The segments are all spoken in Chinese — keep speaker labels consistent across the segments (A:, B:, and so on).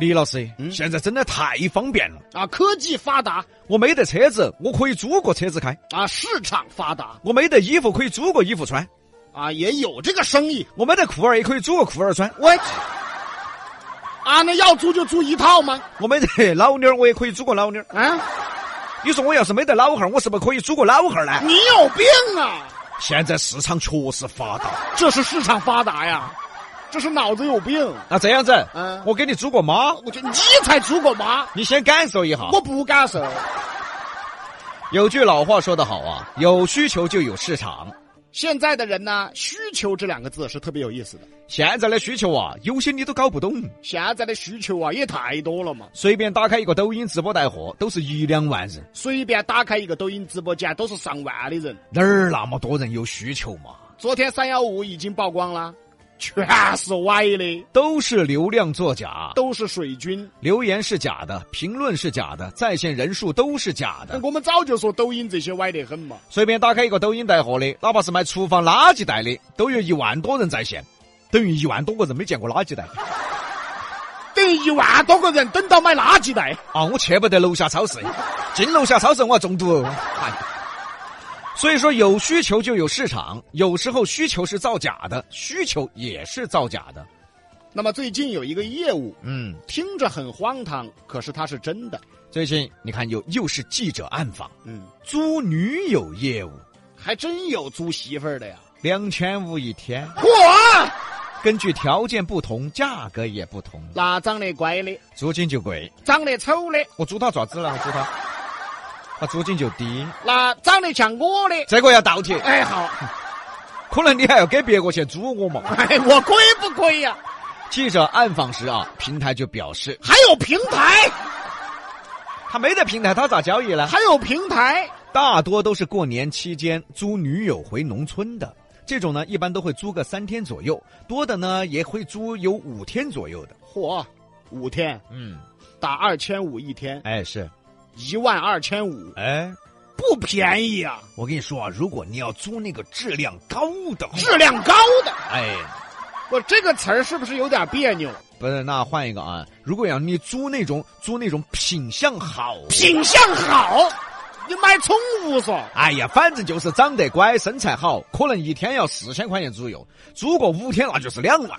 A: 李老师，
B: 嗯
A: 现在真的太方便了。
B: 啊，科技发达
A: 我没得车子，我可以租个车子开；
B: 啊，市场发达
A: 我没得衣服，可以租个衣服穿；
B: 啊，也有这个生意。
A: 我没得裤儿，也可以租个裤儿穿；
B: 我，啊，那要租就租一套吗？
A: 我没得老妞儿，我也可以租个老妞儿。
B: 啊，
A: 你说我要是没得老汉儿，我是不是可以租个老汉儿呢？
B: 你有病啊！
A: 现在市场确实发达。
B: 这是市场发达呀，这是脑子有病。
A: 那这样子，
B: 嗯
A: 我给你租个妈，
B: 我觉得你才出过妈，
A: 你先感受一下。
B: 我不敢受。
A: 有句老话说得好啊，有需求就有市场。
B: 现在的人呢，需求这两个字是特别有意思的。
A: 现在的需求啊，有些你都搞不懂。
B: 现在的需求啊，也太多了嘛，
A: 随便打开一个抖音直播带货，都是一两万人，
B: 随便打开一个抖音直播间都是上万的人。
A: 哪儿那么多人有需求嘛？
B: 昨天三幺五已经曝光了，全是歪的，
A: 都是流量作假，
B: 都是水军。
A: 留言是假的，评论是假的，在线人数都是假的。
B: 我们早就说抖音这些歪得很嘛。
A: 随便打开一个抖音带货的，哪怕是卖厨房垃圾袋的，都有一万多人在线，等于一万多个人没见过垃圾袋
B: 等于一万多个人等到买垃圾袋，
A: 啊！我去不得楼下超市，进楼下超市我要中毒。哎所以说，有需求就有市场，有时候需求是造假的，需求也是造假的。
B: 那么最近有一个业务，
A: 嗯，
B: 听着很荒唐，可是它是真的。
A: 最近你看又又是记者暗访
B: 嗯，
A: 租女友业务，
B: 还真有租媳妇儿的呀。
A: 两千五一天，
B: 嚯，
A: 根据条件不同，价格也不同，
B: 那长得乖的，
A: 租金就贵。
B: 长得丑的，
A: 我租他爪子了？我租他，他租金就低。
B: 那长得像我的，
A: 这个要倒贴，
B: 哎好，
A: 可能你还要给别个去租我嘛。
B: 哎我可以不可以呀、
A: 记者暗访时啊，平台就表示
B: 还有平台，
A: 他没得平台，他咋交易呢？
B: 还有平台，
A: 大多都是过年期间租女友回农村的，这种呢一般都会租个三天左右，多的呢也会租有五天左右的。
B: 嚯，五天
A: 嗯，
B: 打二千五一天，
A: 哎是，
B: 一万二千五，
A: 哎，
B: 不便宜啊，
A: 我跟你说啊，如果你要租那个质量高的，
B: 质量高的。
A: 嗯哎，
B: 我这个词儿是不是有点别扭？
A: 不是那换一个啊，如果要你租那种租那种品相好的
B: 品相好，你买宠物嗦？
A: 哎呀，反正就是长得乖，身材好，可能一天要四千块钱左右，租个五天那就是两万。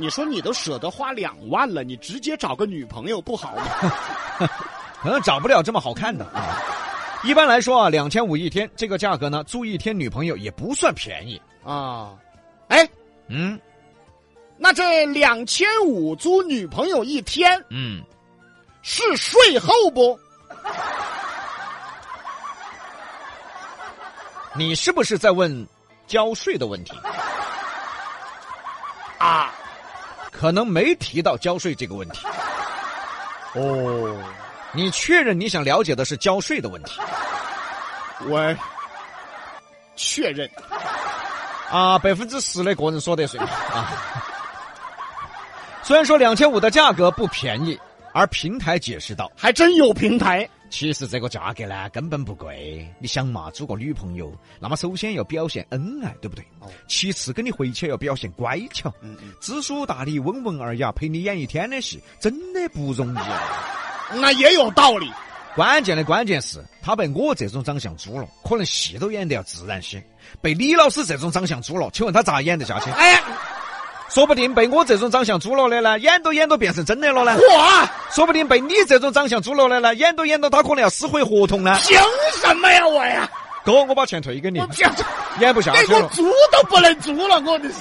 B: 你说你都舍得花两万了，你直接找个女朋友不好吗？
A: 可能找不了这么好看的。啊。一般来说啊，两千五一天，这个价格呢，租一天女朋友也不算便宜。
B: 啊，哎，
A: 嗯
B: 那这两千五租女朋友一天
A: 嗯，
B: 是税后不？
A: 你是不是在问交税的问题？
B: 啊，
A: 可能没提到交税这个问题。
B: 哦，
A: 你确认你想了解的是交税的问题
B: 我确认
A: 啊？百分之十的个人所得税啊。虽然说两千五的价格不便宜，而平台解释道，
B: 还真有平台。
A: 其实这个价格呢根本不贵。你想嘛，租个女朋友，那么首先要表现恩爱，对不对？
B: 哦
A: 其次跟你回去要表现乖巧，
B: 嗯嗯，
A: 知书达理，温文尔雅，陪你演一天的戏，真的不容易啊。
B: 那也有道理。
A: 关键的关键是，他被我这种长相租了，可能戏都演得要自然些；被李老师这种长相租了，请问他咋演得下去？
B: 哎，
A: 说不定被我这种长相租了的呢，演都演都变成真的了呢；
B: 我
A: 说不定被你这种长相租了的呢，演都演都他可能要撕毁合同呢。
B: 凭什么呀我呀？
A: 哥，我把钱退给你
B: 我，凭什
A: 演不下
B: 那
A: 去
B: 我
A: 了。
B: 租都不能租了，我的是。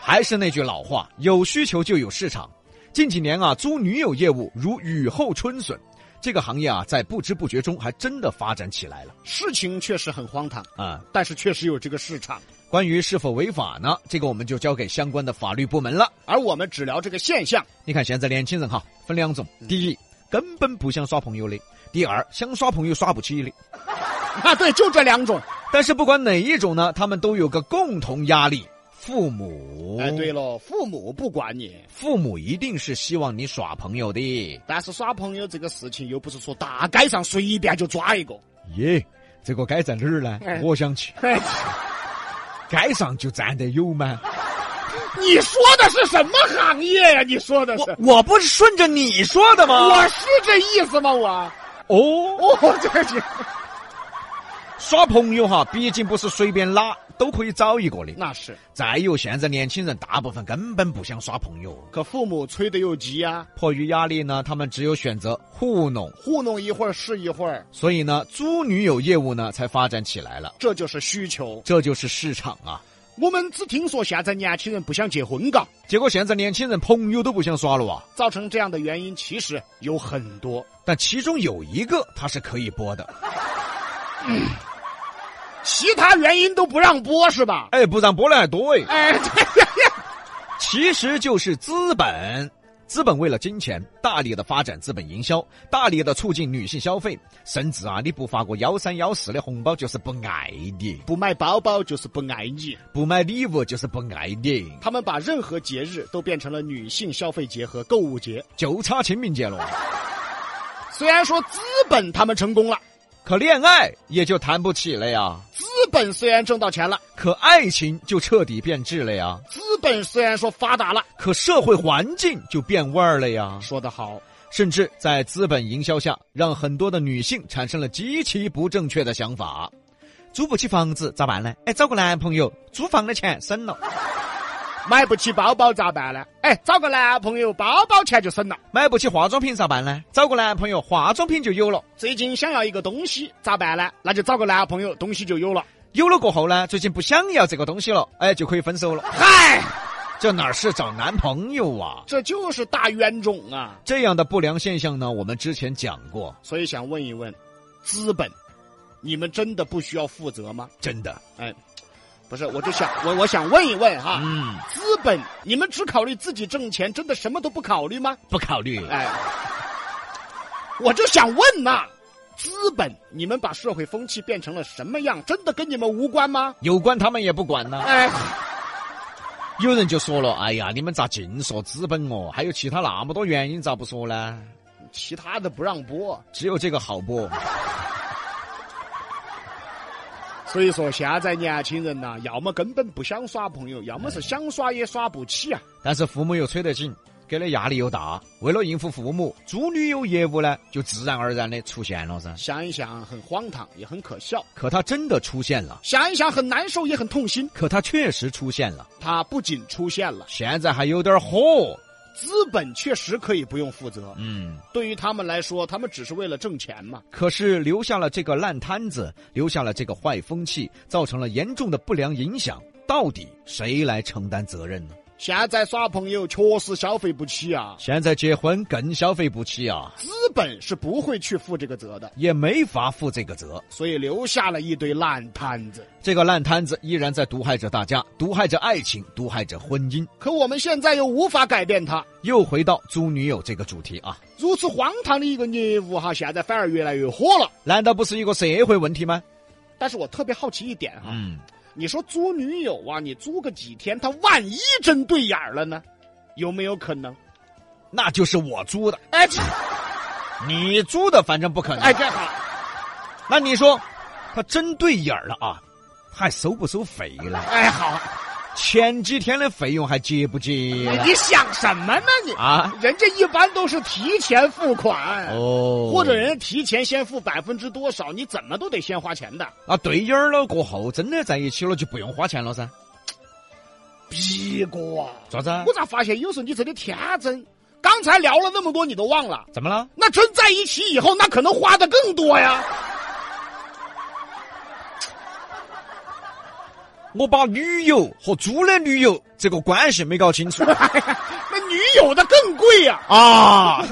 A: 还是那句老话，有需求就有市场。近几年啊，租女友业务如雨后春笋，这个行业啊，在不知不觉中还真的发展起来了
B: 事情确实很荒唐，
A: 啊、
B: 但是确实有这个市场，
A: 关于是否违法呢，这个我们就交给相关的法律部门了。
B: 而我们只聊这个现象。
A: 你看现在年轻人哈，分两种：
B: 嗯
A: 第一，根本不想耍朋友的；第二，想耍朋友耍不起的。
B: 啊，对，就这两种。
A: 但是不管哪一种呢，他们都有个共同压力：父母。
B: 哎，对，喽，父母不管你，
A: 父母一定是希望你耍朋友的。
B: 但是耍朋友这个事情又不是说大街上随便就抓一个。
A: 耶，这个该在哪儿呢
B: 哎？
A: 我想去。
B: 哎，
A: 街上就站得有吗？
B: 你说的是什么行业呀、你说的是
A: 我啊我不是顺着你说的吗？
B: 我是这意思吗？我
A: 哦，
B: 哦，这个
A: 耍朋友哈，毕竟不是随便拉都可以找一个的。
B: 那是，
A: 再有，现在年轻人大部分根本不想耍朋友，
B: 可父母催的又急啊，
A: 迫于压力呢，他们只有选择糊弄，
B: 糊弄一会儿是一会儿，
A: 所以呢，租女友业务呢才发展起来了。
B: 这就是需求。
A: 这就是市场啊！
B: 我们只听说现在年轻人不想结婚嘎，
A: 结果现在年轻人朋友都不想耍了啊！
B: 造成这样的原因其实有很多。
A: 但其中有一个他是可以播的，
B: 其他原因都不让播是吧？
A: 哎，不让播了还多哎。
B: 哎， 对呀呀，
A: 其实就是资本。资本为了金钱，大力的发展资本营销，大力的促进女性消费，甚至啊，你不发个幺三幺四的红包就是不爱你，
B: 不买包包就是不爱你。
A: 不买礼物就是不爱你，
B: 他们把任何节日都变成了女性消费节和购物节。
A: 就差清明节了。
B: 虽然说资本他们成功了，
A: 可恋爱也就谈不起了呀，
B: 资本虽然挣到钱了，
A: 可爱情就彻底变质了呀，
B: 资本虽然说发达了，
A: 可社会环境就变味儿了呀。
B: 说得好，
A: 甚至在资本营销下，让很多的女性产生了极其不正确的想法。租不起房子咋办呢？哎，找个男朋友，租房的钱省了，
B: 买不起包包咋办呢？哎，找个男朋友，包包钱就省了。
A: 买不起化妆品咋办呢？找个男朋友，化妆品就有了。
B: 最近想要一个东西咋办呢？那就找个男朋友，东西就有了。
A: 有了过后呢，最近不想要这个东西了，哎，就可以分手了。
B: 嗨，
A: 这哪是找男朋友啊？
B: 这就是大冤种啊！
A: 这样的不良现象呢，我们之前讲过，
B: 所以想问一问，资本，你们真的不需要负责吗？
A: 真的。
B: 不是，我就想我我想问一问哈，
A: 嗯，
B: 资本，你们只考虑自己挣钱，真的什么都不考虑吗？
A: 不考虑。
B: 哎，我就想问呐、资本，你们把社会风气变成了什么样？真的跟你们无关吗？
A: 有关他们也不管呢。
B: 哎，
A: 有人就说了：“哎呀，你们咋净说资本哦？还有其他那么多原因，咋不说呢？”
B: 其他的不让播，
A: 只有这个好不？
B: 所以说现在年轻人呐、要么根本不想耍朋友，要么是想耍也耍不起啊。
A: 但是父母又催得紧，给的压力又大，为了应付父母，猪女友业务呢就自然而然的出现了噻。
B: 想一想很荒唐，也很可笑；
A: 可它真的出现了，
B: 想一想很难受，也很痛心。
A: 可它确实出现了，
B: 它不仅出现了，
A: 现在还有点火。
B: 资本确实可以不用负责。
A: 嗯，
B: 对于他们来说，他们只是为了挣钱嘛。
A: 可是留下了这个烂摊子，留下了这个坏风气，造成了严重的不良影响。到底谁来承担责任呢？
B: 现在耍朋友确实消费不起啊。
A: 现在结婚更消费不起啊，
B: 资本是不会去负这个责的，
A: 也没法负这个责。
B: 所以留下了一堆烂摊子。
A: 这个烂摊子依然在毒害着大家，毒害着爱情，毒害着婚姻。
B: 可我们现在又无法改变它，
A: 又回到猪女友这个主题啊，
B: 如此荒唐的一个业务哈，现在反而越来越火了。
A: 难道不是一个社会问题吗？
B: 但是我特别好奇一点哈，
A: 嗯，
B: 你说租女友啊，你租个几天，他万一真对眼儿了呢？有没有可能？
A: 那就是我租的，
B: 哎，这
A: 你租的反正不可能。
B: 哎这好，
A: 那你说，他真对眼儿了啊，还收不收费了？
B: 哎好，
A: 前几天的费用还结不结了
B: 你想什么呢你？
A: 啊？
B: 人家一般都是提前付款，
A: 哦，
B: 哎或者人家提前先付百分之多少，你怎么都得先花钱的。
A: 啊对眼儿了过后，真的在一起了就不用花钱了噻？
B: 逼哥。
A: 咋子？
B: 我咋发现有时候你真的天真？刚才聊了那么多，你都忘了？
A: 怎么了？
B: 那真在一起以后，那可能花的更多呀。
A: 我把旅游和租的旅游这个关系没搞清楚
B: 那女友的更贵呀。
A: 啊。